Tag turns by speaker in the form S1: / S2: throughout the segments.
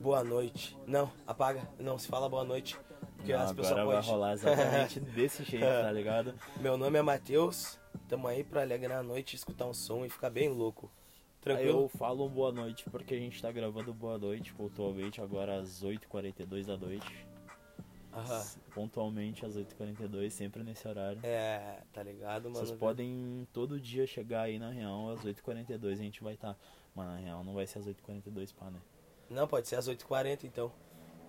S1: boa noite. Não, apaga. Não se fala boa noite. Porque
S2: Não,
S1: as pessoas
S2: agora vai
S1: podem.
S2: rolar exatamente desse jeito, tá ligado?
S1: Meu nome é Matheus. Tamo aí pra alegrar a noite, escutar um som e ficar bem louco.
S2: Aí
S1: Tranquilo?
S2: eu falo um boa noite porque a gente tá gravando boa noite pontualmente agora às 8h42 da noite.
S1: Aham.
S2: Pontualmente às 8h42, sempre nesse horário.
S1: É, tá ligado, mano?
S2: Vocês podem todo dia chegar aí na real às 8h42 e a gente vai estar. Tá... Mas na real não vai ser às 8h42, pá, né?
S1: Não, pode ser às 8h40 então.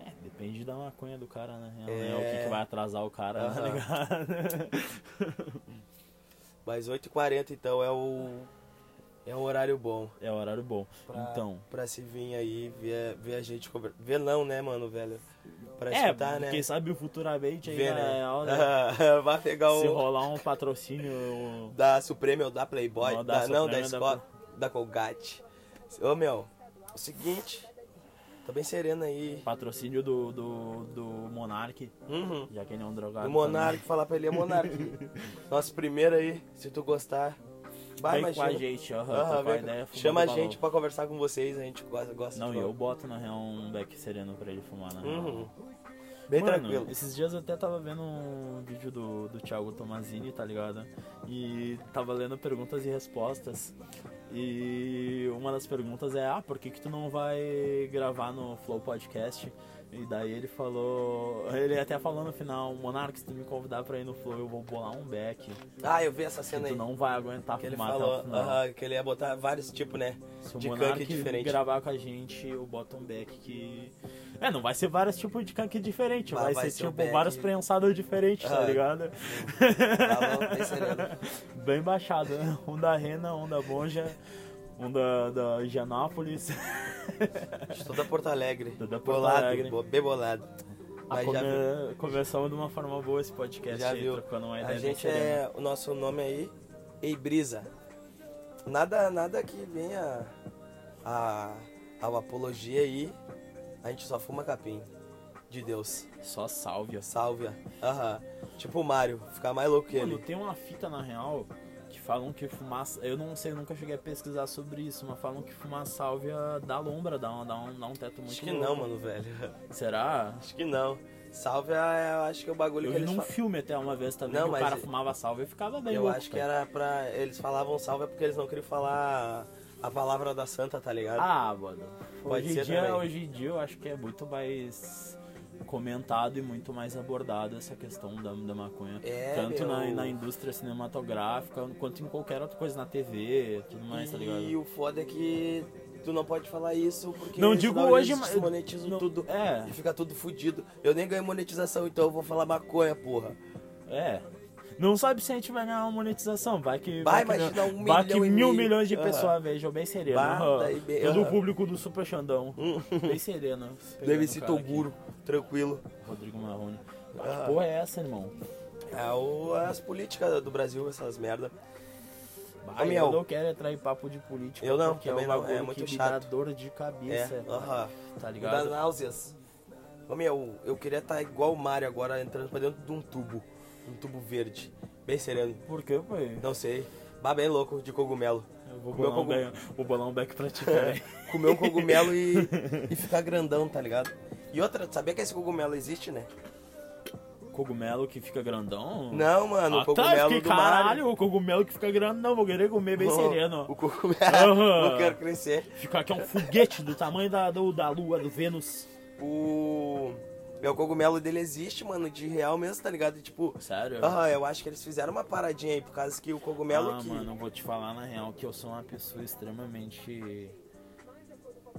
S2: É, depende da maconha do cara, na real,
S1: É.
S2: né? O que, que vai atrasar o cara, tá
S1: Aham.
S2: ligado?
S1: Mas 8h40 então é o. É um horário bom.
S2: é o horário bom.
S1: Pra,
S2: Então.
S1: Pra se vir aí, ver, ver a gente conversar. Ver não, né, mano, velho? Pra
S2: É,
S1: escutar, né?
S2: quem sabe futuramente aí
S1: Ver,
S2: na
S1: né?
S2: real, né?
S1: Vai pegar
S2: Se
S1: o.
S2: rolar um patrocínio
S1: da Supreme ou da Playboy,
S2: Não,
S1: da,
S2: da
S1: não, da
S2: Supreme, é da
S1: escola, da, Colgate. Ô meu, o seguinte, tô bem sereno aí.
S2: um Patrocínio do, do, do Monark,
S1: Uhum.
S2: já que ele é um drogado.
S1: O Monark, falar pra ele é Monark. Nosso primeiro aí, se tu gostar. Vai,
S2: também.
S1: mas
S2: Vem com a
S1: chama-
S2: gente, aham,
S1: Aham,
S2: trocar
S1: vem-
S2: ideia, fumando
S1: chama a
S2: balão.
S1: gente pra conversar com vocês, a gente gosta, gosta
S2: Não,
S1: de
S2: e eu boto na real um beck sereno pra ele fumar, na real.
S1: Uhum. Bem
S2: Mano,
S1: tranquilo.
S2: esses dias eu até tava vendo um vídeo do, do Thiago Tomazini, tá ligado? E tava lendo perguntas e respostas. E uma das perguntas é, ah, por que que tu não vai gravar no Flow Podcast? E daí ele falou, ele até falou no final, Monark, se tu me convidar pra ir no Flow, eu vou bolar um beck.
S1: Ah, eu vi essa
S2: Que
S1: cena
S2: tu
S1: aí.
S2: não vai aguentar
S1: Que ele
S2: fumar até o
S1: falou
S2: final.
S1: aham, que ele ia botar vários tipos, né?
S2: Se o
S1: de
S2: Monark
S1: cunk diferente.
S2: gravar com a gente, eu boto um back que. É, não vai ser vários tipos de cunk diferente,
S1: Mas
S2: vai,
S1: vai
S2: ser,
S1: ser o
S2: tipo
S1: back-
S2: vários prensados diferentes,
S1: Ah.
S2: tá ligado?
S1: Falou, Tá bem sereno.
S2: Bem baixado, né? Um da Rena, um da Bonja, um da, da Indianápolis.
S1: Estou da Porto Alegre.
S2: Toda Porto
S1: bolado,
S2: Alegre.
S1: bo- bem bolado.
S2: A
S1: Mas já vi-
S2: come... Começamos de uma forma boa esse podcast
S1: Já
S2: aí,
S1: viu.
S2: trocando uma
S1: A
S2: ideia
S1: gente
S2: bem serena.
S1: é. O nosso nome aí. Ei Brisa. Nada, nada que venha a, ao apologia aí. A gente só fuma capim. De Deus.
S2: Só assim. sálvia.
S1: Sálvia. Aham. Tipo o Mário. Ficar mais louco que
S2: Mano, tá
S1: ele.
S2: tem uma fita na real que falam que fumaça. Eu não sei, eu nunca cheguei a pesquisar sobre isso, mas falam que fumar sálvia dá lombra, dá um, dá um, dá um teto muito
S1: Acho que
S2: louco.
S1: não, mano, velho.
S2: Será?
S1: Acho que não. Sálvia, eu acho que é o bagulho
S2: Eu
S1: que
S2: vi
S1: eles
S2: num
S1: falam.
S2: filme até uma vez também
S1: Não,
S2: que o
S1: mas
S2: cara
S1: eu-
S2: fumava salve e ficava bem
S1: Eu
S2: louco,
S1: acho que
S2: cara.
S1: era pra. Eles falavam sálvia porque eles não queriam falar a palavra da santa, tá ligado?
S2: Ah, mano.
S1: Pode
S2: Hoje
S1: ser
S2: em, dia,
S1: também.
S2: hoje em dia eu acho que é muito mais comentado e muito mais abordado essa questão da, da maconha.
S1: É,
S2: Tanto na,
S1: meu.
S2: na indústria cinematográfica quanto em qualquer outra coisa, na TV tudo mais, tá ligado?
S1: E o foda é que tu não pode falar isso porque
S2: Não
S1: senão
S2: digo
S1: eles
S2: hoje, mas-
S1: desmonetizam
S2: não-
S1: tudo
S2: é.
S1: e fica tudo fudido. Eu nem ganho monetização, então eu vou falar maconha, porra.
S2: É. Não sabe se a gente vai ganhar uma monetização. Vai que.
S1: Vai,
S2: que,
S1: imagina, um milhão
S2: vai que
S1: e
S2: mil
S1: meio.
S2: milhões de
S1: Aham.
S2: pessoas vejam bem sereno.
S1: Bah,
S2: aham.
S1: daí bem-
S2: Todo o
S1: aham.
S2: público do Super Xandão. bem sereno.
S1: Do
S2: Pegando
S1: MC
S2: o cara aqui.
S1: Toguro, tranquilo.
S2: Rodrigo Marrone.
S1: Aham.
S2: Que porra é essa, irmão?
S1: É o- as políticas do Brasil, essas merda.
S2: Bah,
S1: meu.
S2: eu não quero entrar em papo de política.
S1: Eu não,
S2: porque é
S1: também
S2: um
S1: não, é
S2: bagulho
S1: muito
S2: que me
S1: chato.
S2: dá dor de cabeça.
S1: É, aham.
S2: Tá
S1: Me dá
S2: ligado?
S1: náuseas. Ô meu, eu queria estar igual o Mario agora, entrando pra dentro de um tubo. Um tubo verde. Bem sereno.
S2: Por quê, pai?
S1: Não sei. Bah, bem louco, de cogumelo.
S2: Eu vou
S1: Meu
S2: bolar, um
S1: cogum-
S2: back, vou bolar um back pra ti, cara.
S1: comer um cogumelo e, e ficar grandão, tá ligado? E outra, sabia que esse cogumelo existe, né?
S2: Cogumelo que fica grandão?
S1: Não, mano, o
S2: Ah,
S1: cogumelo
S2: tá, eu fiquei,
S1: do
S2: caralho,
S1: Mario.
S2: o cogumelo que fica grandão. Vou querer comer bem sereno. Uhum.
S1: O cogumelo,
S2: Aham.
S1: não quero crescer.
S2: Ficar aqui é um foguete do tamanho da, do- da lua, do Vênus.
S1: O... é, O cogumelo dele existe, mano, de real mesmo, tá ligado? E, Tipo,
S2: Sério? é
S1: ah, eu acho que eles fizeram uma paradinha aí, por causa que o cogumelo
S2: ah,
S1: que...
S2: mano, eu vou te falar na real que eu sou uma pessoa extremamente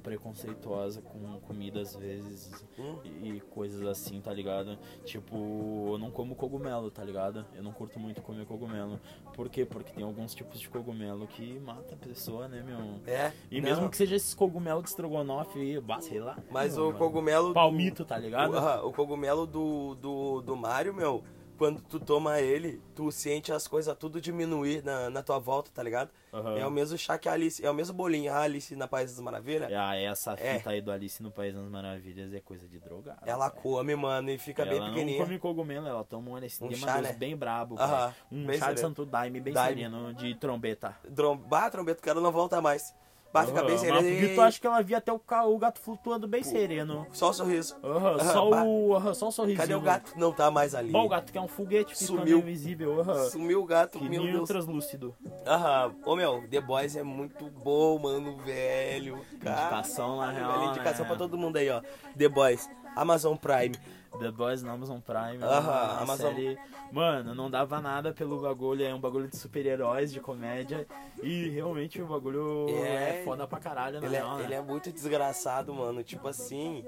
S2: preconceituosa com comida às vezes
S1: Hum.
S2: e coisas assim, tá ligado? Tipo, eu não como cogumelo, tá ligado? Eu não curto muito comer cogumelo. Por quê? Porque tem alguns tipos de cogumelo que mata a pessoa, né, meu?
S1: É,
S2: E
S1: não,
S2: mesmo que seja esses cogumelo de estrogonofe aí, bah, sei lá.
S1: Mas
S2: meu,
S1: o
S2: mano.
S1: cogumelo... do-
S2: Palmito, tá
S1: o,
S2: ligado?
S1: aham, o cogumelo do, do, do Mario, meu, quando tu toma ele, tu sente as coisas tudo diminuir na, na tua volta, tá ligado?
S2: Aham.
S1: É o mesmo chá que a Alice, é o mesmo bolinho, a Alice na País das Maravilhas.
S2: Ah, essa
S1: É.
S2: fita aí do Alice no País das Maravilhas é coisa de drogado.
S1: Ela come, mano, e fica
S2: ela
S1: bem
S2: não
S1: pequenininha.
S2: come cogumelo, ela toma um LSD,
S1: Um
S2: mas
S1: chá,
S2: Deus
S1: né?
S2: bem brabo.
S1: Aham,
S2: pai. Um
S1: bem
S2: chá de
S1: sereno.
S2: santo daime bem
S1: Daime.
S2: sereno, de trombeta.
S1: Drom... Bah, trombeta, o cara não volta mais. Bah, fica bem
S2: Aham,
S1: sereno.
S2: Mas porque tu acha que ela via até o, ca- o gato flutuando bem sereno.
S1: Só o sorriso.
S2: Aham, só,
S1: bah.
S2: o, aham, só o sorrisinho.
S1: Cadê o gato? Não tá mais ali.
S2: Bom, o gato que é um foguete, fica
S1: Sumiu.
S2: meio invisível. aham.
S1: Sumiu o gato,
S2: Que
S1: meu
S2: nem o
S1: Deus.
S2: translúcido.
S1: Aham. Ô meu, The Boys é muito bom, mano, velho. Cara,
S2: Indicação, na real,
S1: velho, indicação
S2: né?
S1: pra todo mundo aí, ó. The Boys, Amazon Prime.
S2: The Boys na Amazon Prime. é
S1: Aham,
S2: uma
S1: Amazon-
S2: série- Mano, não dava nada pelo bagulho. É um bagulho de super-heróis, de comédia. E realmente o bagulho
S1: É.
S2: é, foda pra caralho, na
S1: Ele
S2: real,
S1: é,
S2: né?
S1: ele é muito desgraçado, mano. Tipo assim,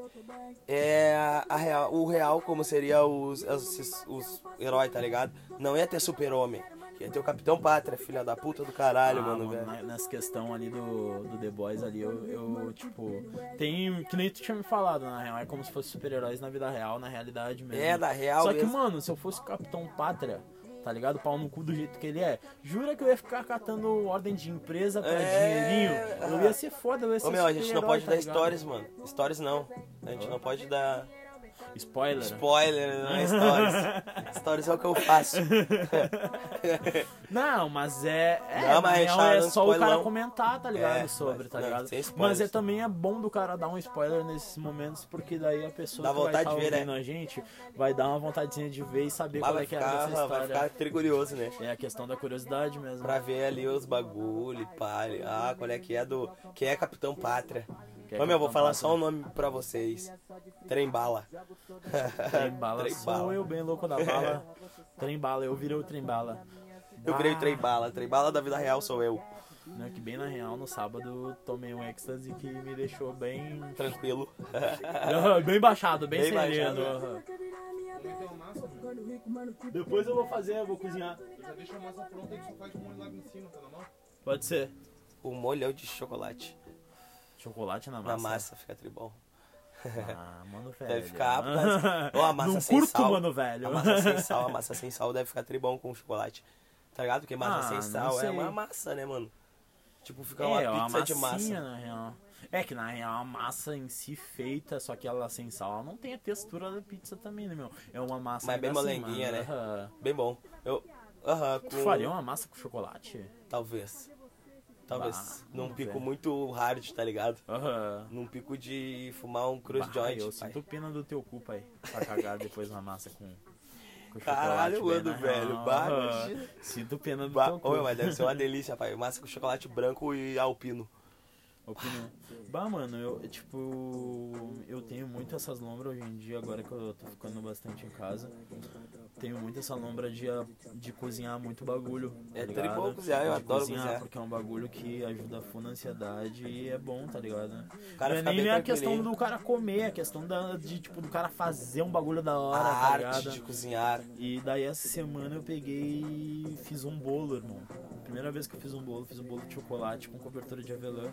S1: é a real, o real como seria os, os, os heróis, tá ligado? Não ia ter super-homem. Ia ter o Capitão Pátria, filha da puta do caralho,
S2: Ah,
S1: mano,
S2: mano,
S1: velho.
S2: na- Nessa questão ali do, do The Boys ali, eu, eu, tipo, tem. Que nem tu tinha me falado, na real. É como se fosse super-heróis na vida real, na realidade mesmo.
S1: É, na real
S2: Só que,
S1: mesmo.
S2: mano, se eu fosse o Capitão Pátria. Tá ligado? Pau no cu do jeito que ele é. Jura que eu ia ficar catando ordem de empresa pra
S1: É,
S2: dinheirinho?
S1: ah.
S2: Eu ia ser foda, eu ia ser
S1: Ô meu, a gente não
S2: super-herói,
S1: pode
S2: tá
S1: dar
S2: ligado?
S1: stories, mano. Stories não. A gente não pode dar
S2: Spoiler.
S1: spoiler na stories. stories é o que eu faço.
S2: Não, mas é. É,
S1: Não,
S2: não,
S1: mas
S2: é
S1: Sharon,
S2: só o cara
S1: spoilerão.
S2: comentar, tá ligado?
S1: É,
S2: sobre, tá
S1: não,
S2: ligado?
S1: sem spoilers.
S2: Mas é, também é bom do cara dar um spoiler nesses momentos, porque daí a pessoa
S1: Dá
S2: que vai
S1: vontade
S2: tá
S1: de ver, né?
S2: ouvindo a gente vai dar uma vontadezinha de ver e saber
S1: Mas
S2: qual
S1: vai
S2: é que era
S1: ficar,
S2: essa
S1: vai
S2: história.
S1: ficar trigurioso, né?
S2: É a questão da curiosidade mesmo.
S1: Pra ver ali os bagulho, e pá. ali. Ah, qual é que é do. Quem é Capitão Pátria?
S2: Quem é
S1: Ô meu, vou
S2: Capitão
S1: falar
S2: Pátria?
S1: só o nome pra vocês: Trem Bala.
S2: Trem bala,
S1: Trem
S2: sou
S1: um, é, Bala.
S2: eu bem louco da bala. trem bala, eu virei o trem bala.
S1: Eu virei
S2: Ah,
S1: Trem Bala. Trem Bala da vida real sou eu.
S2: né, que bem na real, no sábado tomei um êxtase que me deixou bem.
S1: Tranquilo.
S2: Aham, bem baixado, bem,
S1: Bem
S2: bem
S1: baixado. é.
S2: Depois eu vou fazer, eu vou cozinhar.
S3: Já deixa a massa pronta e só faz o molho lá em cima, tá na mão?
S2: Pode ser.
S1: O molho de chocolate
S2: Chocolate na
S1: na
S2: massa.
S1: massa fica tribom.
S2: Ah, mano, velho.
S1: Deve ficar.
S2: Mano.
S1: Ou a massa
S2: Não
S1: sem
S2: curto,
S1: sal.
S2: mano, velho.
S1: A massa sem sal, a massa sem sal deve ficar tribom com chocolate. Tá ligado? Porque massa
S2: Ah,
S1: sem
S2: não
S1: sal é
S2: sei.
S1: uma massa, né, mano? Tipo, fica
S2: É,
S1: uma
S2: é
S1: pizza
S2: uma
S1: de
S2: massinha,
S1: massa.
S2: na real. É que na real a massa em si feita, só que ela sem sal, ela não tem a textura da pizza também, né, meu? É uma massa.
S1: Mas é bem
S2: ainda assim,
S1: molenguinha,
S2: mano.
S1: né?
S2: Aham.
S1: Bem bom. Eu. Aham,
S2: Tu faria um-
S1: com.
S2: uma massa com chocolate?
S1: Talvez. Talvez.
S2: Bah,
S1: Num
S2: não,
S1: pico
S2: velho.
S1: muito hard, tá ligado?
S2: Aham.
S1: Num pico de fumar um cross
S2: Bah,
S1: joint. pai.
S2: Eu sinto pena do teu cu, pai. Pra cagar depois na massa com. com
S1: Caralho,
S2: chocolate, bem
S1: mano,
S2: na
S1: velho.
S2: real.
S1: Bah,
S2: Aham.
S1: imagina.
S2: Sinto pena do
S1: Ba-
S2: teu cu.
S1: Ô, mas deve ser uma delícia, pai. Massa com chocolate branco e alpino.
S2: Opinião. Bah, mano, eu, é, tipo, eu tenho muito essas lombras hoje em dia, agora que eu tô ficando bastante em casa. Tenho muito essa lombra de, de cozinhar muito bagulho. tá
S1: É
S2: ligado?
S1: tri bom cozinhar, eu
S2: De
S1: adoro cozinhar.
S2: Porque é um bagulho que ajuda a fundo a ansiedade e é bom, tá ligado?
S1: cara
S2: Não é
S1: fica
S2: nem
S1: bem
S2: a questão
S1: tranquilinho.
S2: do cara comer, é a questão da, de, tipo, do cara fazer um bagulho da hora,
S1: a
S2: tá
S1: arte
S2: ligado?
S1: de cozinhar.
S2: E daí essa semana eu peguei e fiz um bolo, irmão. Primeira vez que eu fiz um bolo, fiz um bolo de chocolate com cobertura de avelã.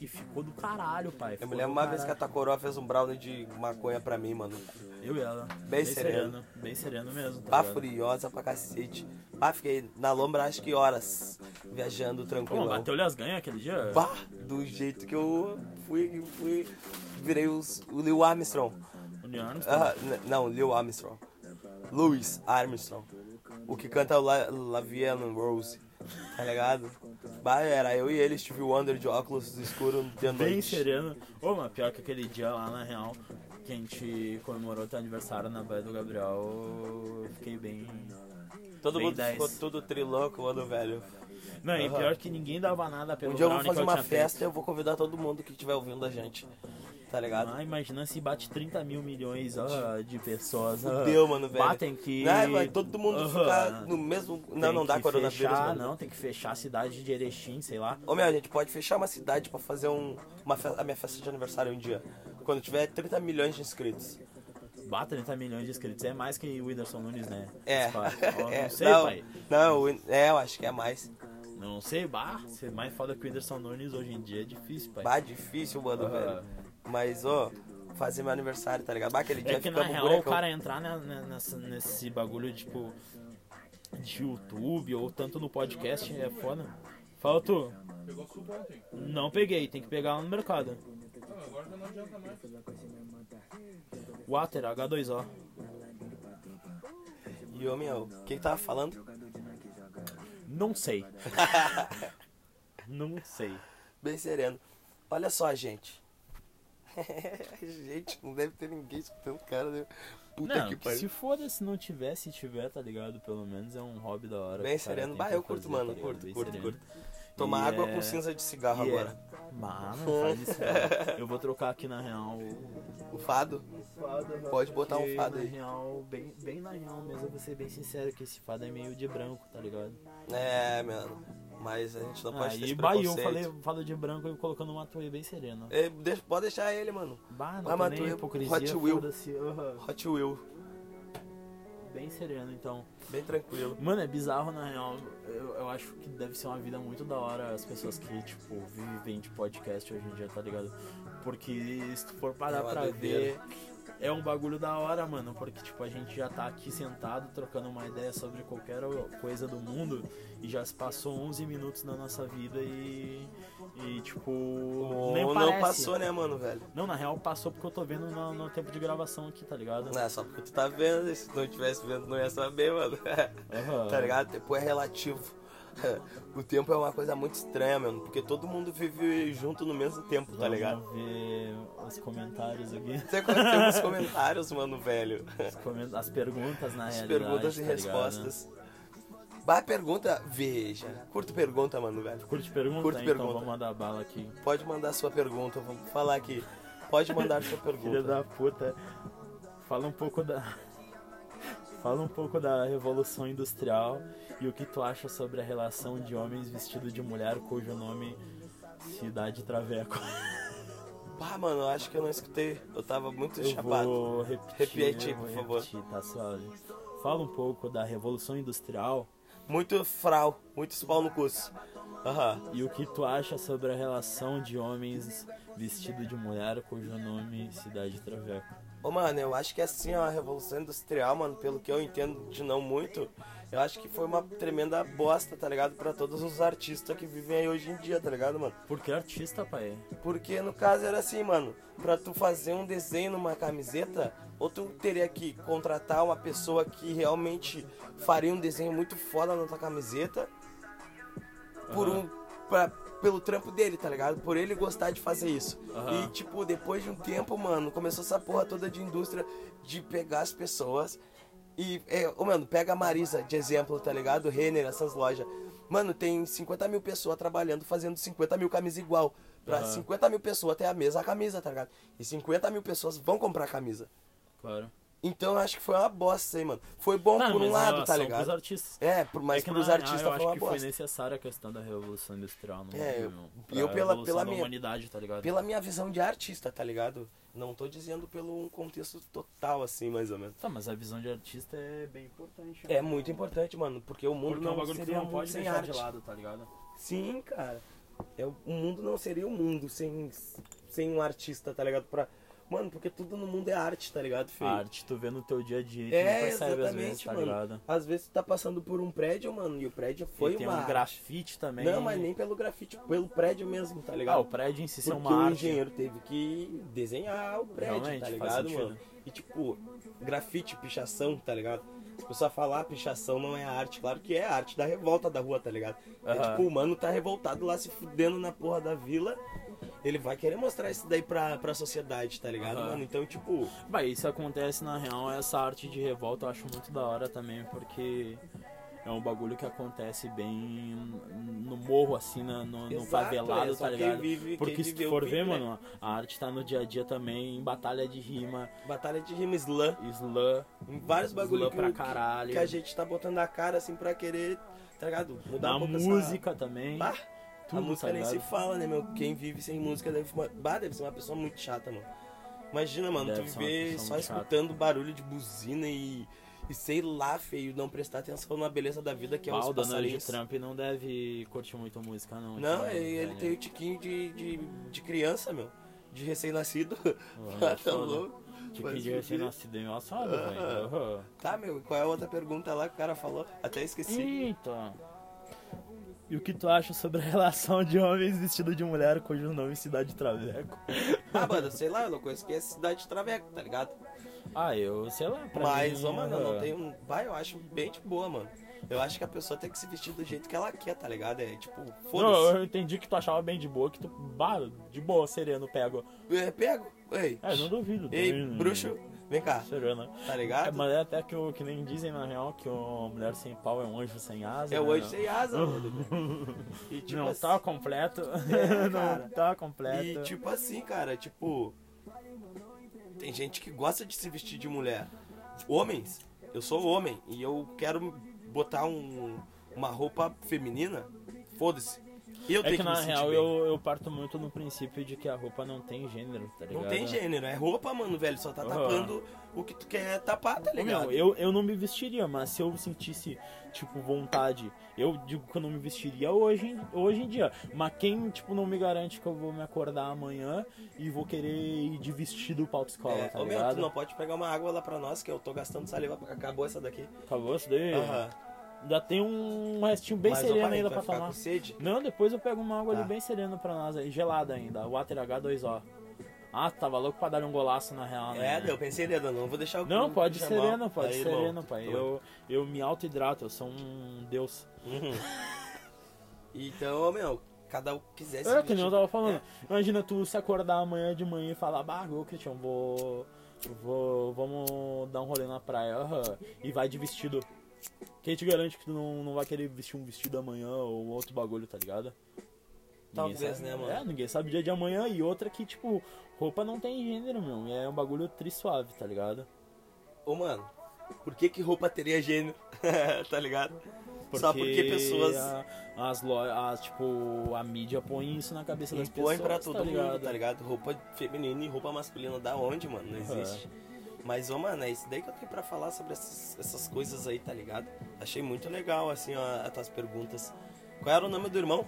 S2: E ficou do caralho, pai.
S1: Eu
S2: ficou
S1: me lembro
S2: do
S1: uma vez que a
S2: caralho.
S1: Takoroa fez um brownie de maconha pra mim, mano.
S2: Eu e ela.
S1: Bem sereno.
S2: Bem sereno mesmo. Tá
S1: Pá,
S2: ligado?
S1: furiosa pra cacete. Pá, fiquei na lombra acho que horas. Viajando
S2: Pô, mas
S1: tranquilo.
S2: bateu-lhe as ganhas aquele dia?
S1: Pá, do jeito que eu fui, fui virei os, o Lil Armstrong.
S2: O Leandro.
S1: Ah, n- não, Lil Armstrong. Louis Armstrong. O que canta é o La Lavian Rose. Tá ligado? Bah, era eu e ele, Steve Wonder de óculos escuros de noite.
S2: Bem sereno. Ô, mas pior que aquele dia lá, na real, que a gente comemorou teu aniversário na Baía do Gabriel, eu fiquei bem...
S1: Todo
S2: bem
S1: mundo
S2: dez.
S1: ficou tudo triloco, mano, velho.
S2: Não, e
S1: Aham.
S2: pior que ninguém dava nada pelo
S1: Um dia eu vou
S2: brownie que
S1: fazer uma
S2: tinha feito.
S1: festa e eu vou convidar todo mundo que estiver ouvindo a gente. Tá ligado?
S2: Ah, imagina se bate 30 mil milhões ó, de pessoas. ó.
S1: Fudeu, mano, velho.
S2: Batem que.
S1: Não, é, vai todo mundo
S2: Aham.
S1: ficar no mesmo. Não,
S2: Tem
S1: não dá
S2: que
S1: coronavírus,
S2: fechar,
S1: mano.
S2: Não, tem que fechar a cidade de Erechim, sei lá.
S1: Ô meu, a gente pode fechar uma cidade pra fazer um, uma fe- a minha festa de aniversário um dia. Quando tiver 30 milhões de inscritos.
S2: Bate 30 milhões de inscritos. É mais que o Whindersson Nunes, né?
S1: É.
S2: Esse cara. Ó,
S1: É,
S2: Não sei,
S1: não,
S2: pai.
S1: não, é, eu acho que é mais.
S2: Não sei, bah. Ser mais foda que o Whindersson Nunes hoje em dia é difícil, pai.
S1: Bah, difícil, mano,
S2: Aham.
S1: velho. Mas, ó, fazer meu aniversário, tá ligado? Bah, aquele dia
S2: É que na
S1: ficamos
S2: real o
S1: bonecão.
S2: cara entrar na- na- nessa- nesse bagulho, tipo, de YouTube ou tanto no podcast é foda. Fala tu.
S3: Pegou suco ontem.
S2: Não peguei, tem que pegar lá no mercado.
S3: Não, agora já não adianta mais.
S2: Water, H2O.
S1: E, ô, meu, o que que tava falando?
S2: Não sei. Não sei.
S1: bem sereno. Olha só, gente. gente, não deve ter ninguém escutando o cara, né? Puta
S2: não,
S1: que
S2: que
S1: pariu.
S2: se foda se não tiver, se tiver, tá ligado? Pelo menos é um hobby da hora.
S1: Bem
S2: que o cara
S1: sereno.
S2: tem
S1: Bah,
S2: pra
S1: eu curto,
S2: fazer,
S1: mano.
S2: tá ligado?
S1: Curto,
S2: Bem
S1: curto,
S2: sereno.
S1: Tomar
S2: E
S1: água
S2: é-
S1: com cinza de cigarro
S2: e é-
S1: agora.
S2: Mano, faz isso, não. Eu vou trocar aqui na real.
S1: O fado? Pode botar um
S2: Porque
S1: fado
S2: na
S1: aí.
S2: Real, bem, bem na real mesmo, eu vou ser bem sincero que esse fado é meio de branco, tá ligado?
S1: É, mano. Mas a gente não pode ter
S2: Aí
S1: esse
S2: bah, e eu
S1: preconceito.
S2: falei fado de branco e colocando uma toia bem serena.
S1: É, deixa- pode deixar ele, mano.
S2: Bah,
S1: Ah,
S2: não tô
S1: mas
S2: nem
S1: tu é
S2: hipocrisia,
S1: Hot Wheel.
S2: foda-se, aham.
S1: Hot Wheel,
S2: Bem sereno, então.
S1: bem tranquilo.
S2: Mano, é bizarro, na real. Eu, eu acho que deve ser uma vida muito da hora as pessoas que, tipo, vivem de podcast hoje em dia, tá ligado? Porque se tu for parar
S1: É uma
S2: pra ver,
S1: doideira.
S2: é um bagulho da hora, mano. Porque, tipo, a gente já tá aqui sentado trocando uma ideia sobre qualquer coisa do mundo e já se passou 11 minutos da nossa vida e. E, tipo. nem
S1: Ou
S2: parece.
S1: não passou, né, mano, velho?
S2: Não, na real passou porque eu tô vendo no, no tempo de gravação aqui, tá ligado?
S1: Não, é só porque tu tá vendo, e se não tivesse vendo, não ia saber, mano.
S2: Aham.
S1: tá ligado? Tempo é relativo. O tempo é uma coisa muito estranha, mano, porque todo mundo vive junto no mesmo tempo, tá
S2: Vamos
S1: ligado? é
S2: ver os comentários aqui.
S1: Você aconteceu nos comentários, mano, velho.
S2: Os comen- As perguntas na
S1: As
S2: realidade.
S1: perguntas e
S2: tá ligado?
S1: respostas. Bah, pergunta, veja. Curto pergunta, mano, velho.
S2: Curte pergunta,
S1: Curte
S2: então
S1: pergunta.
S2: vamos mandar bala aqui.
S1: Pode mandar sua pergunta, vamos falar aqui. Pode mandar sua
S2: Filha
S1: pergunta.
S2: da puta. Fala um pouco da. Fala um pouco da Revolução Industrial e o que tu acha sobre a relação de homens vestidos de mulher cujo nome se dá de traveco.
S1: Bah, mano, eu acho que eu não escutei. Eu tava muito
S2: Eu
S1: chapado.
S2: vou repetir,
S1: Repete,
S2: eu vou
S1: por favor.
S2: repetir, tá suave. Fala um pouco da Revolução Industrial
S1: Muito frau, muitos pau no curso. Aham.
S2: E o que tu acha sobre a relação de homens vestido de mulher cujo nome Cidade Traveco?
S1: Ô, mano, eu acho que assim, ó, a Revolução Industrial, mano, pelo que eu entendo de não muito, eu acho que foi uma tremenda bosta, tá ligado? Pra todos os artistas que vivem aí hoje em dia, tá ligado, mano?
S2: Porque é artista, pai.
S1: Porque no caso era assim, mano, pra tu fazer um desenho numa camiseta, ou tu teria que contratar uma pessoa que realmente faria um desenho muito foda na tua camiseta por
S2: Aham.
S1: um. pra- pelo trampo dele, tá ligado? Por ele gostar de fazer isso.
S2: Aham.
S1: E tipo, depois de um tempo, mano, começou essa porra toda de indústria de pegar as pessoas. E, é, ô, mano, pega a Marisa de exemplo, tá ligado? Renner, essas lojas. Mano, tem 50 mil pessoas trabalhando, fazendo 50 mil camisas igual. Pra
S2: Aham.
S1: 50 mil pessoas ter a mesma camisa, tá ligado? E 50 mil pessoas vão comprar a camisa.
S2: Claro.
S1: Então eu acho que foi uma bosta, hein, mano. Foi bom por um lado, tá
S2: Os
S1: ligado?
S2: artistas.
S1: É, por, mas
S2: É que,
S1: pros
S2: na real,
S1: artistas
S2: eu
S1: foi
S2: acho
S1: uma
S2: que
S1: bosta.
S2: foi necessária a questão da Revolução Industrial. Não,
S1: É, eu-
S2: não,
S1: e eu
S2: pra
S1: pela-
S2: evolução
S1: pela
S2: da
S1: minha-
S2: humanidade, tá ligado?
S1: Pela minha visão de artista, tá ligado? Não tô dizendo pelo um contexto total, assim, mais ou menos.
S2: Tá, mas a visão de artista é bem importante.
S1: É muito importante, mano, porque o mundo
S2: Porque é um
S1: não
S2: bagulho que tu
S1: seria
S2: não pode
S1: sem
S2: deixar
S1: arte.
S2: de lado, tá ligado?
S1: Sim, cara. É, o mundo não seria o mundo sem, sem um artista, tá ligado? Pra... Mano, porque tudo no mundo é arte, tá ligado, filho?
S2: A arte tu vê no teu dia a dia e tu não
S1: É,
S2: percebe às
S1: exatamente,
S2: vezes, tá
S1: mano.
S2: ligado?
S1: Às vezes tu tá passando por um prédio, mano, e o prédio foi
S2: e tem
S1: uma
S2: um
S1: arte.
S2: grafite também.
S1: Não, mas nem pelo grafite, pelo prédio mesmo, tá
S2: Ah,
S1: ligado?
S2: o prédio em si é
S1: Porque
S2: uma
S1: o
S2: arte.
S1: engenheiro teve que desenhar o prédio,
S2: Realmente,
S1: tá
S2: faz
S1: ligado,
S2: sentido.
S1: mano? E tipo, grafite, pichação, tá ligado? Se a pessoa falar pichação não é arte, claro que é a arte da revolta da rua, tá ligado? É
S2: Aham.
S1: tipo, o mano tá revoltado lá se fudendo na porra da vila. Ele vai querer mostrar isso daí pra, pra sociedade, tá ligado,
S2: Aham.
S1: mano? Então, tipo,
S2: Bah, isso acontece na real, essa arte de revolta eu acho muito da hora também, porque é um bagulho que acontece bem no morro, assim, na- no, no
S1: Exato,
S2: favelado,
S1: é, só
S2: tá
S1: quem
S2: ligado?
S1: vive-
S2: porque
S1: quem
S2: se tu
S1: viveu,
S2: for
S1: vive,
S2: ver,
S1: né?
S2: mano, a arte tá no dia a dia também, em batalha de rima,
S1: batalha de rima slam,
S2: slam,
S1: em vários bagulho
S2: Slam
S1: que,
S2: pra
S1: o- que-
S2: caralho.
S1: que a gente tá botando a cara assim pra querer, tá ligado? Mudar
S2: na
S1: um pouco essa-
S2: música também.
S1: Bah,
S2: tudo,
S1: a música
S2: tá
S1: nem se
S2: ligado?
S1: fala, né, meu? Quem vive sem música deve, uma... bah, deve ser uma pessoa muito chata, mano. Imagina, mano,
S2: Deve
S1: tu
S2: ser uma
S1: viver
S2: pessoa
S1: só
S2: muito chata.
S1: escutando barulho de buzina e, e sei lá, feio, não prestar atenção na beleza da vida que é
S2: Bah,
S1: os
S2: o Donald
S1: passarinhos.
S2: Trump não deve curtir muito música, não.
S1: Não,
S2: ultimamente,
S1: ele, ele
S2: né?
S1: tem o tiquinho de, de, de criança, meu. De recém-nascido.
S2: Olha
S1: tá
S2: só, né?
S1: louco.
S2: Tinha
S1: Mas
S2: que
S1: fudido.
S2: recém nascido em assado,
S1: Ah.
S2: velho. Aham.
S1: Tá, meu, qual é a outra pergunta lá que o cara falou? Até esqueci.
S2: Então. E o que tu acha sobre a relação de homens vestidos de mulher cujo nome é Cidade Traveco?
S1: Ah, mano, sei lá, eu não conheço que é cidade de Traveco, tá ligado?
S2: Ah, eu sei lá, pra
S1: Mas,
S2: mim,
S1: ô, mano, eu um,
S2: ah,
S1: não tenho. Vai, eu acho bem de boa, mano. Eu acho que a pessoa tem que se vestir do jeito que ela quer, tá ligado? É tipo,
S2: Não,
S1: foda-se.
S2: eu entendi que tu achava bem de boa, que tu. Bah, de boa, sereno, pego.
S1: É, pego. Ei.
S2: É, não duvido.
S1: Ei,
S2: também, né?
S1: bruxo, vem cá,
S2: Sereno.
S1: tá
S2: É,
S1: ligado?
S2: mas é até que, o, que nem dizem na real que uma mulher sem pau é um anjo sem asa.
S1: É
S2: né?
S1: o anjo sem asa, mano. E tipo
S2: não
S1: assim,
S2: tá completo.
S1: É, cara.
S2: não tá completo.
S1: E tipo assim, cara, tipo. Tem gente que gosta de se vestir de mulher. Homens, eu sou homem e eu quero botar um- uma roupa feminina. Foda-se. Eu
S2: é
S1: tenho
S2: que,
S1: que,
S2: na
S1: me sentir
S2: real
S1: bem.
S2: eu, eu parto muito no princípio de que a roupa não tem gênero, tá ligado?
S1: Não tem gênero, é roupa, mano, velho. Só tá
S2: Aham.
S1: tapando o que tu quer tapar, tá ligado?
S2: Não, eu, eu não me vestiria, mas se eu sentisse, tipo, vontade, eu digo que eu não me vestiria hoje, em- hoje em dia. Mas quem, tipo, não me garante que eu vou me acordar amanhã e vou querer ir de vestido pra autoescola,
S1: É,
S2: tá
S1: ô meu,
S2: ligado?
S1: tu não pode pegar uma água lá pra nós, que eu tô gastando saliva, porque acabou essa daqui.
S2: Acabou isso daí?
S1: Aham.
S2: Ainda tem um restinho É. bem
S1: Mas, ô,
S2: sereno
S1: pai,
S2: ainda
S1: tu
S2: pra
S1: vai ficar
S2: tomar.
S1: com sede?
S2: Não, depois eu pego uma água
S1: Tá.
S2: ali bem serena pra nós, aí, gelada ainda, Water H2O. Ah, tu tava louco pra dar um golaço na real, né?
S1: É, eu pensei, dedo, não vou deixar o
S2: Não,
S1: o-
S2: pode
S1: o
S2: sereno,
S1: Jamal.
S2: pode
S1: Aí,
S2: sereno,
S1: irmão, tá
S2: pai.
S1: tu-
S2: Eu, eu me auto-hidrato, eu sou um deus.
S1: Uhum. Então, ô, meu, cada um que quiser se
S2: É, que nem
S1: vestir.
S2: eu tava falando. Imagina tu se acordar amanhã de manhã e falar, bah, ô Christian, vou. Vou. Vamos dar um rolê na praia. aham", E vai de vestido. Quem te garante que tu não, não vai querer vestir um vestido amanhã ou outro bagulho, tá ligado? Ninguém
S1: Talvez,
S2: sabe-
S1: né, mano?
S2: É, ninguém sabe o dia de amanhã. E outra que, tipo, roupa não tem gênero, meu. É um bagulho tri suave, tá ligado?
S1: Ô, mano, por que que roupa teria gênero? tá ligado? Só porque pessoas
S2: a- as lojas, tipo, a mídia põe isso na cabeça das pessoas.
S1: impõem pra todo
S2: tá ligado?
S1: mundo, tá ligado? Roupa feminina e roupa masculina, da onde, mano? Não
S2: Aham.
S1: existe. Mas, ô, mano, é isso daí que eu tenho pra falar sobre essas, essas coisas aí, tá ligado? Achei muito legal, assim, ó, as tuas perguntas. Qual era o nome do irmão?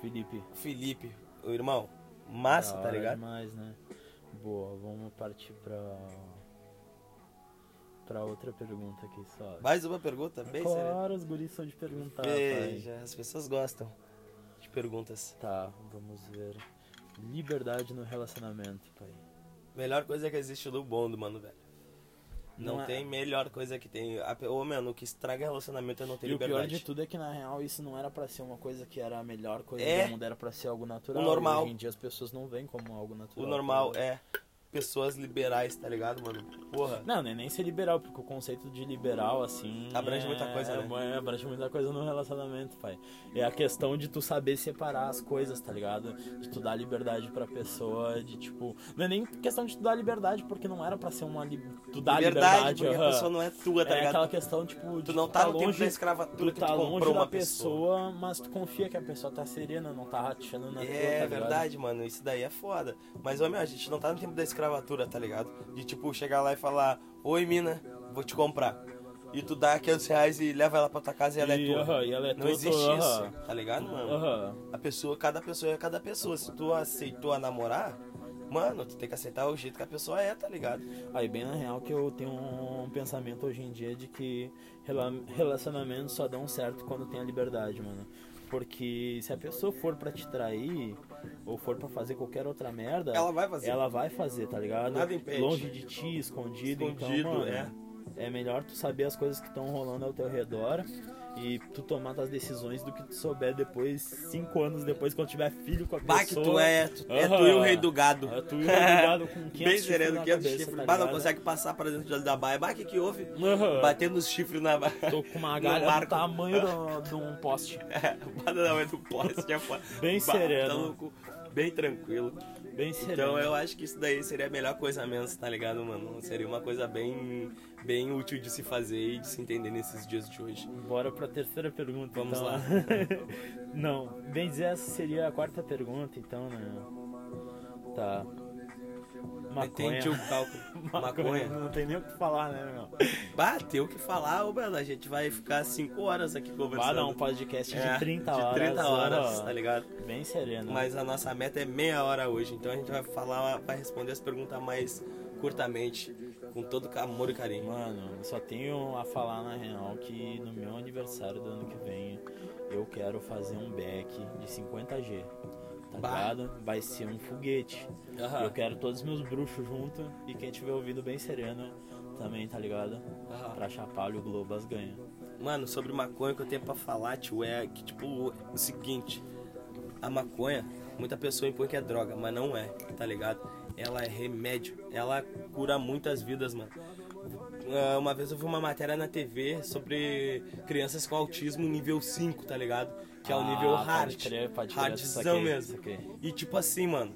S2: Felipe.
S1: Felipe. O irmão. Massa,
S2: Da
S1: tá
S2: hora
S1: ligado?
S2: Demais, né? Boa, vamos partir pra. pra outra pergunta aqui só.
S1: Mais uma pergunta? Bem séria.
S2: Claro, os guris são de perguntar, pai.
S1: Veja, as pessoas gostam de perguntas.
S2: Tá, vamos ver. Liberdade no relacionamento, pai.
S1: Melhor coisa que existe do mundo, mano, velho. Não,
S2: Não é-
S1: tem melhor coisa que tem. A pe- Ô, mano, o que estraga relacionamento é não ter
S2: E o
S1: liberdade.
S2: pior de tudo é que na real isso não era pra ser uma coisa que era a melhor coisa
S1: É.
S2: do mundo, era pra ser algo natural.
S1: O normal.
S2: E Hoje em dia as pessoas não veem como algo natural.
S1: O normal
S2: tá
S1: é pessoas liberais, tá ligado, mano? Porra.
S2: Não, né, nem, nem ser liberal, porque o conceito de liberal, assim.
S1: Abrange
S2: é-
S1: muita coisa, né?
S2: é, abrange muita coisa no relacionamento, pai. É a questão de tu saber separar as coisas, tá ligado? De tu dar liberdade pra pessoa, de tipo. Não é nem questão de tu dar liberdade, porque não era pra ser uma. Li... Tu dar
S1: liberdade,
S2: liberdade,
S1: porque
S2: aham.
S1: a pessoa não é tua, tá
S2: É
S1: ligado?
S2: aquela questão, tipo,
S1: Tu
S2: de
S1: não
S2: tu
S1: tá
S2: tá
S1: no tempo da
S2: longe
S1: escravatura
S2: Tu
S1: que
S2: tá
S1: tu
S2: longe
S1: comprou
S2: da
S1: uma pessoa.
S2: pessoa, mas tu confia que a pessoa tá serena, não tá rateando na tua,
S1: É
S2: tá ligado?
S1: verdade, mano. Isso daí é foda. Mas, ô, meu, a gente não tá no tempo da escravatura, tá ligado? De, tipo, chegar lá e falar, oi, mina, vou te comprar. E tu dá 500 reais e leva ela pra tua casa e ela
S2: E,
S1: é tua.
S2: aham, e ela é
S1: não
S2: tua,
S1: existe
S2: tu-
S1: isso,
S2: aham.
S1: tá ligado, mano?
S2: Aham.
S1: A pessoa, cada pessoa é cada pessoa. Se tu aceitou a namorar, mano, tu tem que aceitar o jeito que a pessoa é, tá ligado?
S2: Aí, bem na real, que eu tenho um pensamento hoje em dia de que rela- relacionamentos só dão certo quando tem a liberdade, mano. Porque se a pessoa for pra te trair ou for pra fazer qualquer outra merda,
S1: Ela vai fazer.
S2: É. ela vai fazer, tá ligado?
S1: Nada impede.
S2: Longe de ti, escondido,
S1: Escondido,
S2: então, mano,
S1: é.
S2: é melhor tu saber as coisas que estão rolando ao teu redor e tu tomar tuas decisões do que tu souber depois, cinco anos depois, quando tiver filho com a
S1: Bah, que
S2: pessoa.
S1: tu é, tu, é tu
S2: Aham.
S1: e o rei do gado.
S2: É tu e o rei do gado com 500
S1: Bem
S2: chifres
S1: sereno,
S2: na
S1: 500
S2: cabeça,
S1: chifres.
S2: tá
S1: bah, não
S2: ligado? Ah.
S1: consegue passar pra dentro do olho da baia. Bah, que que houve?
S2: Aham.
S1: Batendo os chifres na baia.
S2: Tô com uma
S1: No
S2: galha do
S1: barco.
S2: tamanho do- de um poste.
S1: É, bada na mãe do poste, é foda.
S2: Bem
S1: Bah,
S2: sereno.
S1: Tá louco? Bem tranquilo.
S2: Bem sereno.
S1: Então eu acho que isso daí seria a melhor coisa menos, tá ligado, mano? Seria uma coisa bem, bem útil de se fazer e de se entender nesses dias de hoje.
S2: Bora pra terceira pergunta,
S1: Vamos
S2: então.
S1: lá.
S2: Não, bem dizer, essa seria a quarta pergunta, então, né? Tá. Maconha.
S1: Entendi o cálculo. Maconha.
S2: Não tem nem o que falar, né, meu?
S1: Bateu o que falar, ô Bela, a gente vai ficar 5 horas aqui conversando.
S2: Vai dar um podcast de
S1: É,
S2: 30 horas.
S1: De 30 horas,
S2: ó.
S1: tá ligado?
S2: Bem sereno.
S1: Mas a nossa meta é meia hora hoje, então a gente vai falar, vai responder as perguntas mais curtamente, com todo amor e carinho.
S2: Mano, eu só tenho a falar na real que no meu aniversário do ano que vem eu quero fazer um back de 50G. Tá
S1: Bah. Ah.
S2: ligado? Vai ser um foguete.
S1: Aham.
S2: Eu quero todos os meus bruxos junto e quem tiver ouvido bem sereno também, tá ligado?
S1: Aham.
S2: Pra chapalho o Globas ganha.
S1: Mano, sobre maconha o que eu tenho pra falar, tio, é que, tipo, o seguinte. A maconha, muita pessoa impõe que é droga, mas não é, tá ligado? Ela é remédio, ela cura muitas vidas, mano. Ah, Uma vez eu vi uma matéria na TV sobre crianças com autismo nível 5, tá ligado? Que é o
S2: Ah,
S1: nível
S2: pode
S1: hard.
S2: crer, pode crer,
S1: hardzão
S2: saquei,
S1: mesmo.
S2: saquei.
S1: E tipo assim, mano,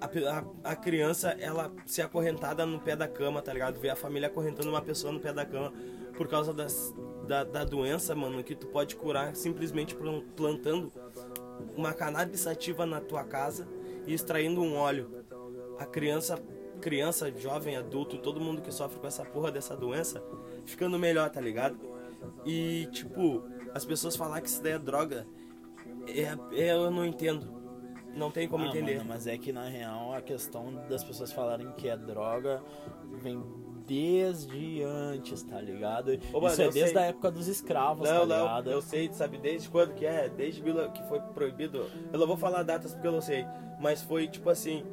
S1: a, pe- a- a criança, ela se acorrentada no pé da cama, tá ligado? Ver a família acorrentando uma pessoa no pé da cama por causa das- da, da doença, mano, que tu pode curar simplesmente plan- plantando uma cannabis sativa na tua casa e extraindo um óleo. A criança, criança, jovem, adulto, todo mundo que sofre com essa porra dessa doença, ficando melhor, tá ligado? E, tipo, as pessoas falar que isso daí é droga, é- é- eu não entendo. Não tem como
S2: Ah,
S1: entender.
S2: mano, mas é que na real a questão das pessoas falarem que é droga vem desde antes, tá ligado?
S1: Ô, mano,
S2: Isso é
S1: eu
S2: desde
S1: sei.
S2: a época dos escravos,
S1: Não,
S2: tá
S1: não,
S2: ligado?
S1: eu sei, sabe desde quando que é? Desde mil- que foi proibido. Eu não vou falar datas porque eu não sei, mas foi tipo assim.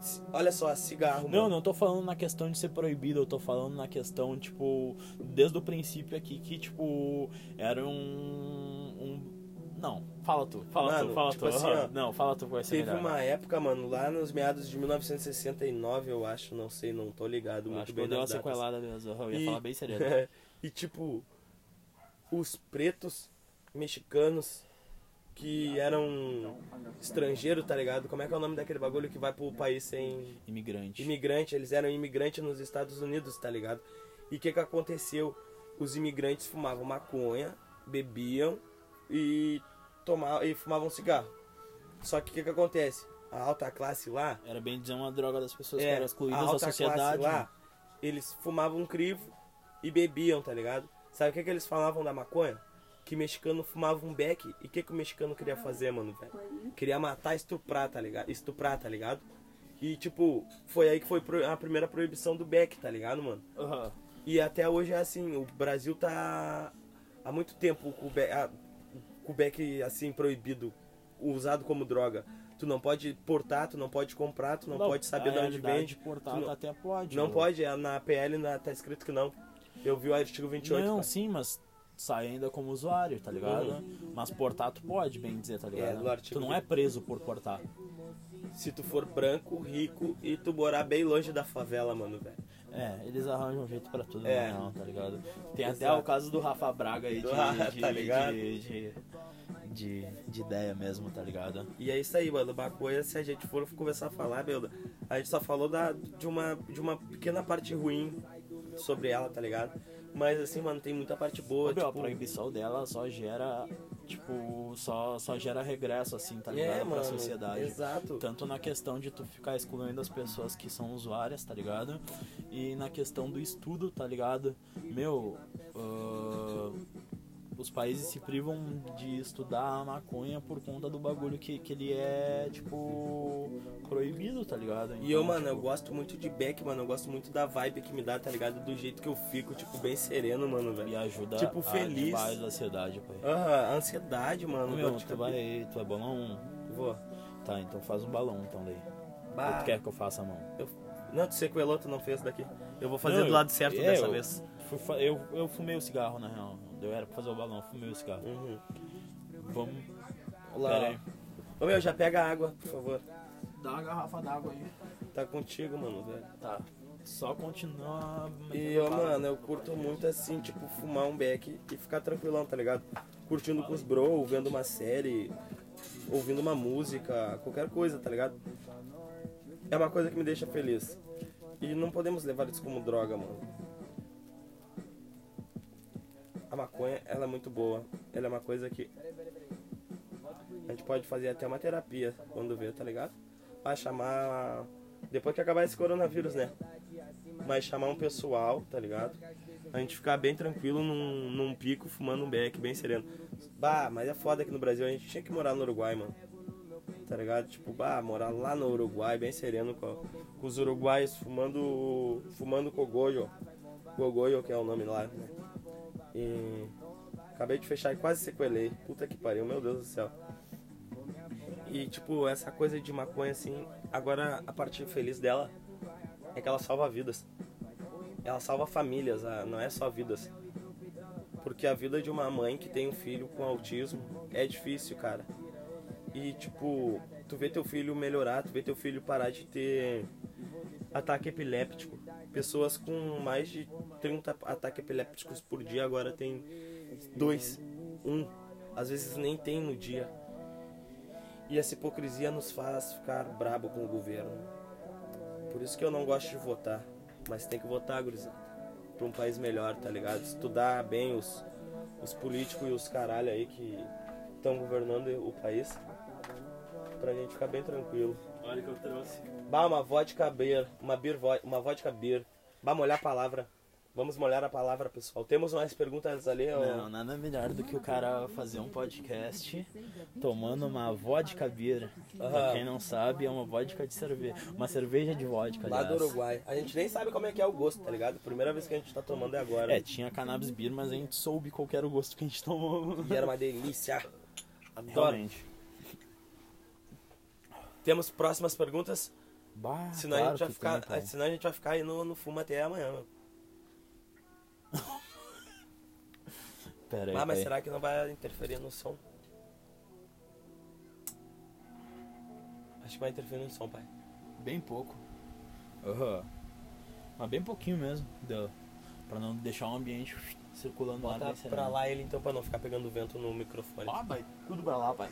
S1: c- Olha só, cigarro.
S2: Não,
S1: mano.
S2: não tô falando na questão de ser proibido, eu tô falando na questão, tipo, desde o princípio aqui que, tipo, era um. um- Não, fala tu, fala
S1: Mano,
S2: tu, fala
S1: tipo
S2: tu.
S1: assim,
S2: aham.
S1: ó,
S2: não, fala tu, vai ser
S1: Teve
S2: É melhor. né?
S1: uma época, mano, lá nos meados de 1969, eu acho, não sei, não tô ligado
S2: Eu
S1: muito
S2: acho que
S1: bem
S2: eu dei uma
S1: nas datas.
S2: sequelada mesmo, aham, eu ia
S1: E-
S2: falar bem sério.
S1: e tipo, os pretos mexicanos que eram estrangeiros, tá ligado? Como é que é o nome daquele bagulho que vai pro país sem
S2: Imigrante.
S1: imigrante, eles eram imigrantes nos Estados Unidos, tá ligado? E o que que aconteceu? Os imigrantes fumavam maconha, bebiam e tomavam e fumavam cigarro. Só que o que que acontece? A alta classe lá,
S2: Era bem dizer uma droga das pessoas
S1: é,
S2: que eram
S1: a
S2: excluídas da
S1: alta classe
S2: sociedade. né?
S1: lá, eles fumavam um crivo e bebiam, tá ligado? Sabe o que que eles falavam da maconha? Que mexicano fumava um beck. E o que que o mexicano queria fazer, mano, velho? Queria matar, estuprar, tá ligado? Estuprar, tá ligado? E, tipo, foi aí que foi pro- a primeira proibição do beck, tá ligado, mano?
S2: Aham.
S1: E até hoje é assim, o Brasil tá há muito tempo com o be- a- com o beck, assim, proibido, usado como droga. Tu não pode portar, tu não pode comprar, tu não, pode saber
S2: a
S1: de onde
S2: realidade
S1: vem.
S2: de portar tá
S1: tu não-
S2: até pode.
S1: não
S2: ô.
S1: pode, é, na PL na, tá escrito que não. Eu vi o artigo 28.
S2: Não,
S1: cara.
S2: sim, mas sai ainda como usuário, tá ligado?
S1: Uhum.
S2: Mas portar tu pode, bem dizer, tá ligado?
S1: do artigo
S2: tu não
S1: de-
S2: é preso por portar.
S1: Se tu for branco, rico e tu morar bem longe da favela, mano, velho.
S2: É, eles arranjam um jeito pra tudo,
S1: É.
S2: é. não, tá ligado? Tem até
S1: Exato.
S2: o caso do Rafa Braga aí de,
S1: Do Rafa,
S2: de,
S1: tá ligado?
S2: de, de, de- de ideia mesmo, tá ligado?
S1: E é isso aí, mano. Uma coisa, se a gente for começar a falar, meu, a gente só falou da, de, uma, de uma pequena parte ruim sobre ela, tá ligado? Mas assim, mano, tem muita parte boa.
S2: Ô, meu, a
S1: tipo,
S2: proibição dela só gera, tipo, só, só gera regresso, assim, tá ligado?
S1: é,
S2: pra
S1: mano,
S2: sociedade. Então,
S1: Exato.
S2: Tanto na questão de tu ficar excluindo as pessoas que são usuárias, tá ligado? E na questão do estudo, tá ligado? Meu, ah, os países se privam de estudar a maconha por conta do bagulho que, que ele é, tipo, proibido, tá ligado?
S1: E eu, mano, eu gosto muito de Beck, mano. Eu gosto muito da vibe que me dá, tá ligado? Do jeito que eu fico, tipo, bem sereno, mano,
S2: me
S1: velho.
S2: ajuda
S1: tipo,
S2: a
S1: feliz.
S2: levar a ansiedade, pai.
S1: Aham, ansiedade, mano.
S2: Meu,
S1: dor de
S2: tu
S1: cabeça.
S2: vai, tu vai bolar um?
S1: Vou.
S2: Tá, então faz um balão, então, daí. Ou
S1: Bah,
S2: tu quer que eu faça a mão?
S1: eu- Não, tu sequelou, tu não fez daqui. Eu vou fazer
S2: Não,
S1: do
S2: eu-
S1: lado certo
S2: é,
S1: dessa
S2: eu-
S1: vez.
S2: Fui fa- Eu, eu fumei o cigarro, na real. Eu era pra fazer o balão, eu fumei o cigarro.
S1: Uhum.
S2: Vamos.
S1: Olá.
S2: Pera aí.
S1: Ô meu, já pega a água, por favor.
S2: Dá uma garrafa d'água aí.
S1: Tá contigo, mano, velho.
S2: Tá. Só continua.
S1: E eu, mano, eu curto muito assim, tipo, fumar um beck e ficar tranquilão, tá ligado? Curtindo com os bro, vendo uma série, ouvindo uma música, qualquer coisa, tá ligado? É uma coisa que me deixa feliz. E não podemos levar isso como droga, mano. A maconha, ela é muito boa. Ela é uma coisa que. A gente pode fazer até uma terapia quando vê, tá ligado? Pra chamar. Depois que acabar esse coronavírus, né? Mas chamar um pessoal, tá ligado? A gente ficar bem tranquilo num, num pico, fumando um beck, bem sereno. Bah, mas é foda aqui no Brasil, a gente tinha que morar no Uruguai, mano. Tá ligado? Tipo, bah, morar lá no Uruguai, bem sereno, com, com os uruguaios fumando. fumando cogoio. Cogoio, que é o nome lá, né? E. Acabei de fechar e quase sequelei. Puta que pariu, meu Deus do céu. E, tipo, essa coisa de maconha, assim. Agora, a parte feliz dela é que ela salva vidas. Ela salva famílias, ah, não é só vidas. Porque Porque a vida de uma mãe que tem um filho com autismo é difícil, cara. E tipo, tu vê teu filho melhorar, tu vê teu filho parar de ter ataque epiléptico. Pessoas com mais de 30 ataques epilépticos por dia agora tem dois, um, às vezes nem tem no dia. E essa hipocrisia nos faz ficar brabo com o governo. Por isso que eu não gosto de votar, mas tem que votar, gurizada. Pra um país melhor, tá ligado? Estudar bem os, os políticos e os caralho aí que estão governando o país. Pra gente ficar bem tranquilo.
S2: Olha o que eu trouxe.
S1: Bah, uma vodka beer, uma beer, vo- uma vodka beer. Bah, molhar a palavra. Vamos molhar a palavra, pessoal. Temos mais perguntas ali, ó.
S2: Não, nada melhor do que o cara fazer um podcast tomando uma vodka beer. Pra
S1: Aham.
S2: quem não sabe, é uma vodka de cerveja. Uma cerveja de vodka,
S1: Lá do
S2: aliás.
S1: Uruguai. A gente nem sabe como é que é o gosto, tá ligado? Primeira vez que a gente tá tomando é agora.
S2: É, tinha cannabis beer, mas a gente soube qual que era o gosto que a gente tomou.
S1: E era uma delícia. Adoro.
S2: Realmente.
S1: Temos próximas perguntas.
S2: Bah,
S1: Senão, a,
S2: Ah, claro
S1: gente vai
S2: que
S1: ficar,
S2: tem, então.
S1: senão a gente vai ficar aí no, no fumo até amanhã. Meu.
S2: Pera aí,
S1: Ah, mas
S2: pera aí.
S1: será que não vai interferir no som? Acho que vai interferir no som, pai.
S2: Bem pouco. Mas bem pouquinho mesmo. Deu. Pra não deixar o ambiente circulando ar.
S1: Bota
S2: bem sereno.
S1: pra lá ele então pra não ficar pegando vento no microfone.
S2: Ah, pai. Tudo pra lá, pai.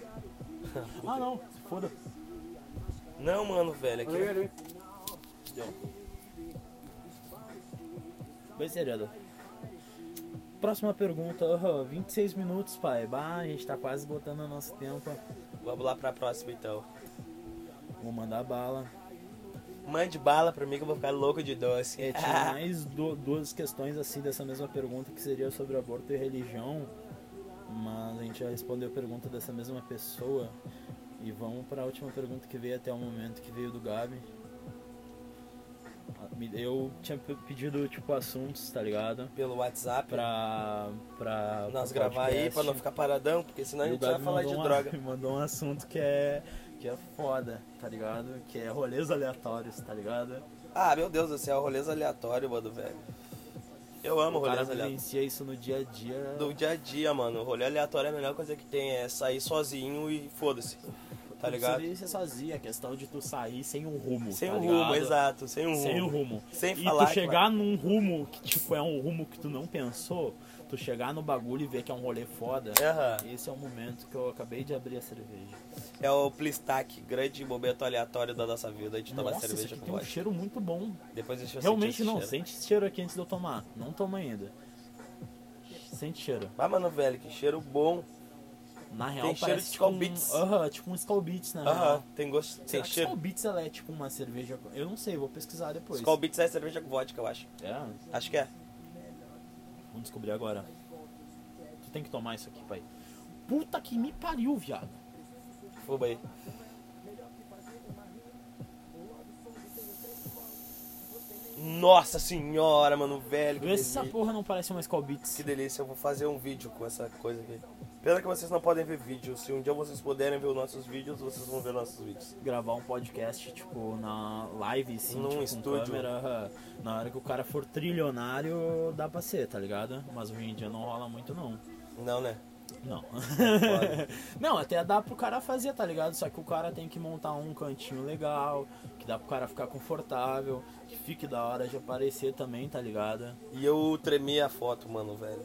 S2: ah, não. Se foda.
S1: Não, mano, velho. Aqui,
S2: Bem seriado. Próxima pergunta. aham, 26 minutos, pai. Bah, a gente tá quase botando o nosso tempo.
S1: vamos lá pra próxima então.
S2: Vou mandar bala.
S1: Mande bala pra mim que eu vou ficar louco de doce. Ah,
S2: É, tinha mais du- duas questões assim dessa mesma pergunta que seria sobre aborto e religião, mas a gente já respondeu a pergunta dessa mesma pessoa e vamos para a última pergunta que veio até o momento que veio do Gabi. Ah, me- Eu tinha pe- pedido tipo assuntos, tá ligado?
S1: Pelo WhatsApp.
S2: Pra para
S1: Nós gravar aí pra não ficar paradão, porque senão a gente vai falar de droga.
S2: Mandou um assunto que é que é foda, tá ligado? Que é rolês aleatórios, tá ligado?
S1: Ah, meu Deus do céu, rolês aleatório, mano, velho. Eu amo
S2: O cara tá
S1: rolês aleatórios.
S2: vivencia isso no dia a dia.
S1: Do dia a dia, mano. Rolê aleatório é a melhor coisa que tem, é sair sozinho e foda-se. Tá
S2: Não
S1: ligado?
S2: precisa nem ser sozinho, a questão de tu sair sem um rumo.
S1: Sem
S2: tá
S1: um
S2: ligado?
S1: rumo, exato, sem um
S2: Sem um
S1: rumo.
S2: rumo.
S1: Sem
S2: e
S1: falar
S2: tu
S1: que
S2: chegar num rumo que, tipo, é um rumo que tu não pensou, tu chegar no bagulho e ver que é um rolê foda.
S1: Aham.
S2: Esse é o momento que eu acabei de abrir a cerveja.
S1: É o Plistac, grande momento aleatório da nossa vida, de tomar
S2: Nossa, isso
S1: cerveja
S2: aqui
S1: com
S2: tem um
S1: vodka.
S2: cheiro muito bom.
S1: Depois deixa eu
S2: Realmente
S1: sentir esse
S2: não,
S1: cheiro.
S2: sente esse cheiro aqui antes de eu tomar. Não toma ainda. Sente cheiro.
S1: Ah, mano, velho, que cheiro bom.
S2: Na real,
S1: Tem cheiro
S2: parece
S1: de
S2: tipo
S1: Skol Beats.
S2: um... Aham, tipo um Skull Beats, na
S1: Aham,
S2: real.
S1: tem gosto, tem
S2: Será que Skol
S1: cheiro.
S2: Beats ela é tipo uma cerveja... Eu não sei, vou pesquisar depois.
S1: Skull Beats é cerveja com vodka, eu acho.
S2: É,
S1: Acho que é.
S2: Vamos descobrir agora. Tu tem que tomar isso aqui, pai. Puta que me pariu, viado.
S1: Fuba aí. Nossa senhora, mano, velho. Que,
S2: Essa
S1: delícia.
S2: porra não parece uma Skull Beats.
S1: que delícia, eu vou fazer um vídeo com essa coisa aqui. Pena que vocês não podem ver vídeo. Se um dia vocês puderem ver os nossos vídeos, vocês vão ver nossos vídeos.
S2: Gravar um podcast, tipo, na live, assim,
S1: Num
S2: tipo, com
S1: estúdio.
S2: câmera. aham. Na hora que o cara for trilionário, dá pra ser, tá ligado? Mas hoje em dia não rola muito, não.
S1: Não, né?
S2: Não.
S1: Foda.
S2: não, até dá pro cara fazer, tá ligado? Só que o cara tem que montar um cantinho legal, que dá pro cara ficar confortável, que fique da hora de aparecer também, tá ligado?
S1: E eu tremi a foto, mano, velho.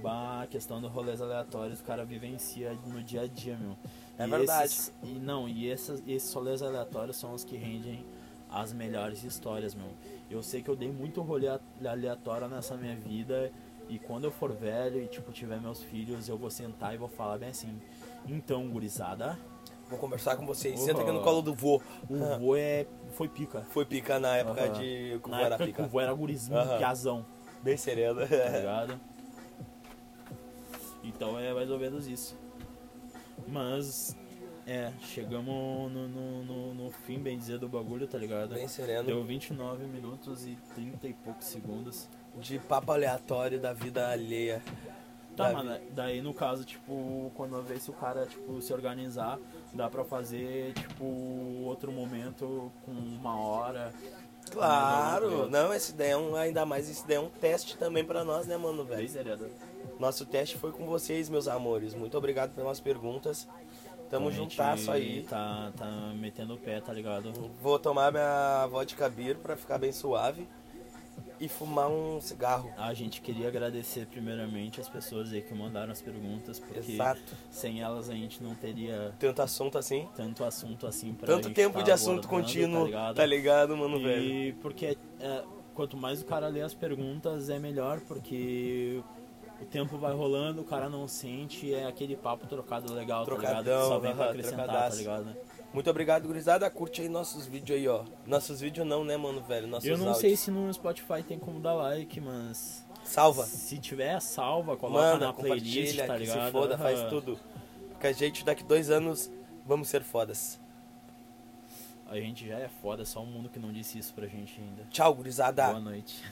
S2: Bah, a questão dos rolês aleatórios, o cara vivencia no dia a dia, meu.
S1: É
S2: E
S1: verdade.
S2: esses- e não, e essas- esses rolês aleatórios são os que rendem as melhores histórias, meu. Eu sei que eu dei muito rolê a- aleatório nessa minha vida. E quando eu for velho e, tipo, tiver meus filhos, eu vou sentar e vou falar bem assim. Então, gurizada,
S1: Vou conversar com vocês.
S2: Uhum.
S1: Senta aqui no colo do vô.
S2: o vô é, foi pica.
S1: Foi pica na época
S2: Aham.
S1: de. Como
S2: Na
S1: era
S2: época que o
S1: pica?
S2: vô era gurizinho,
S1: Aham.
S2: piazão.
S1: Bem sereno.
S2: tá ligado? Então é mais ou menos isso. Mas, é, chegamos no, no, no, no fim, bem dizer, do bagulho, tá ligado?
S1: Bem sereno.
S2: Deu 29 minutos e 30 e poucos segundos.
S1: de papo aleatório da vida alheia.
S2: Tá,
S1: Da
S2: mano, daí no caso, tipo, quando eu ver se o cara, tipo, se organizar, dá pra fazer, tipo, outro momento com uma hora.
S1: Claro,
S2: Não, não,
S1: não, esse daí é um, ainda mais esse daí é um teste também pra nós, né, mano,
S2: Bem
S1: velho?
S2: zerado.
S1: Nosso teste foi com vocês, meus amores. Muito obrigado pelas perguntas. Tamo
S2: A gente
S1: juntasso aí.
S2: Tá, tá metendo o pé, tá ligado?
S1: Vou tomar minha vodka beer pra ficar bem suave e fumar um cigarro.
S2: A gente queria agradecer primeiramente as pessoas aí que mandaram as perguntas, porque
S1: Exato.
S2: sem elas a gente não teria
S1: Tanto assunto assim.
S2: tanto assunto assim pra
S1: Tanto
S2: gente
S1: tempo
S2: tá
S1: de assunto
S2: abordando,
S1: contínuo, tá ligado, mano, velho?
S2: E porque é, quanto mais o cara lê as perguntas é melhor, porque o tempo vai rolando, o cara não sente, é aquele papo trocado legal, tá ligado?
S1: Trocadão,
S2: Só vem pra
S1: aham,
S2: acrescentar, tá
S1: trocadaço.
S2: ligado?
S1: Muito obrigado, gurizada. Curte aí nossos vídeos aí, ó. Nossos vídeos não, né, mano, velho? Nossos
S2: Eu não
S1: áudios.
S2: sei se no Spotify tem como dar like, mas
S1: Salva.
S2: se tiver, salva, coloca
S1: Manda,
S2: na playlist,
S1: compartilha,
S2: tá
S1: que
S2: ligado?
S1: se foda, faz
S2: Aham.
S1: tudo. Que a gente daqui dois anos vamos ser fodas.
S2: A gente já é foda, só um mundo que não disse isso pra gente ainda.
S1: Tchau, gurizada.
S2: Boa noite.